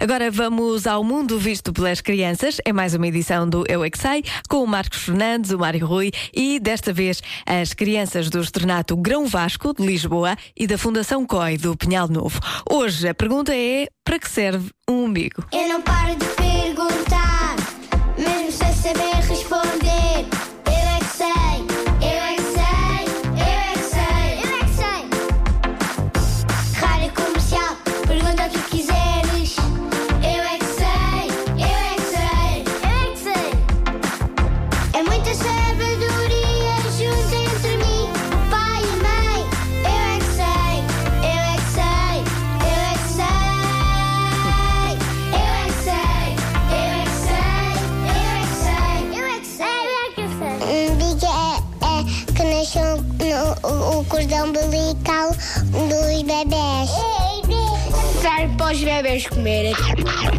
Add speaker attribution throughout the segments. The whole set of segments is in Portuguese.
Speaker 1: Agora vamos ao mundo visto pelas crianças. É mais uma edição do Eu é que Sei, com o Marcos Fernandes, o Mário Rui e, desta vez, as crianças do Externato Grão Vasco, de Lisboa, e da Fundação COI, do Pinhal Novo. Hoje a pergunta é: para que serve um umbigo?
Speaker 2: Eu não paro de perguntar, mesmo sem saber responder. Eu é que sei, eu é que sei, eu é que sei, eu é que sei. Rádio comercial, pergunta o que quiseres. Eu é que sei, eu é que sei, eu é que sei. É muita sabedoria junto entre mim, pai e mãe. Eu é que sei, eu é que sei, eu é que sei. Eu é que sei, eu é que sei, eu é que sei, eu é que sei. Um bicho é, que nasceu no, o cordão umbilical dos bebés. Serve para os bebés comerem.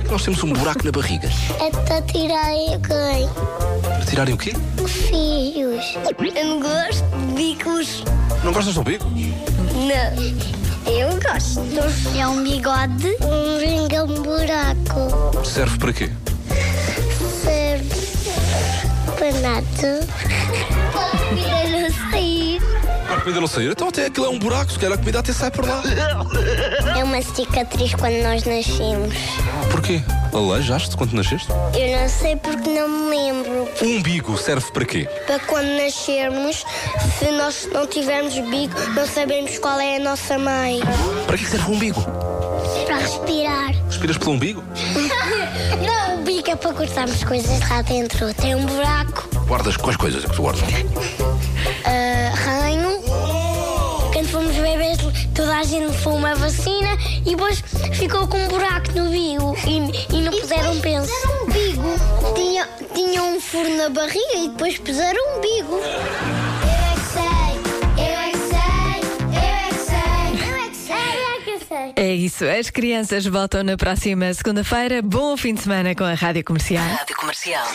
Speaker 3: Nós temos um buraco na barriga.
Speaker 2: É para tirarem o ganho.
Speaker 3: Tirarem o quê?
Speaker 2: Filhos. Eu não gosto de bicos.
Speaker 3: Não gostas do bico?
Speaker 2: Não. Eu gosto. É um bigode. Um ringa, um buraco.
Speaker 3: Serve para quê?
Speaker 2: Serve para nada. Para sair.
Speaker 3: Para a comida não sair? Então até aquilo é um buraco, se calhar a comida até sai por lá.
Speaker 2: É uma cicatriz quando nós nascemos.
Speaker 3: Porquê? Aleijaste quando nasceste?
Speaker 2: Eu não sei porque não me lembro.
Speaker 3: O Um umbigo serve para quê?
Speaker 2: Para quando nascermos, se nós não tivermos bico, não sabemos qual é a nossa mãe.
Speaker 3: Para que serve o umbigo?
Speaker 2: Para respirar.
Speaker 3: Respiras pelo umbigo?
Speaker 2: Não, o bico é para cortarmos coisas lá dentro. Tem um buraco.
Speaker 3: Guardas quais coisas é que tu guardas?
Speaker 2: Arranho. Quando fomos bebês, toda a gente foi uma vacina e depois ficou com um buraco no bigo e, e não puseram penso. Puseram um bigo. Tinha, tinha um furo na barriga e depois puseram um bigo. Eu é que sei, eu é que sei, eu é que sei, eu é que sei, eu é que sei.
Speaker 1: É isso, as crianças voltam na próxima segunda-feira. Bom fim de semana com a Rádio Comercial.
Speaker 4: Rádio Comercial.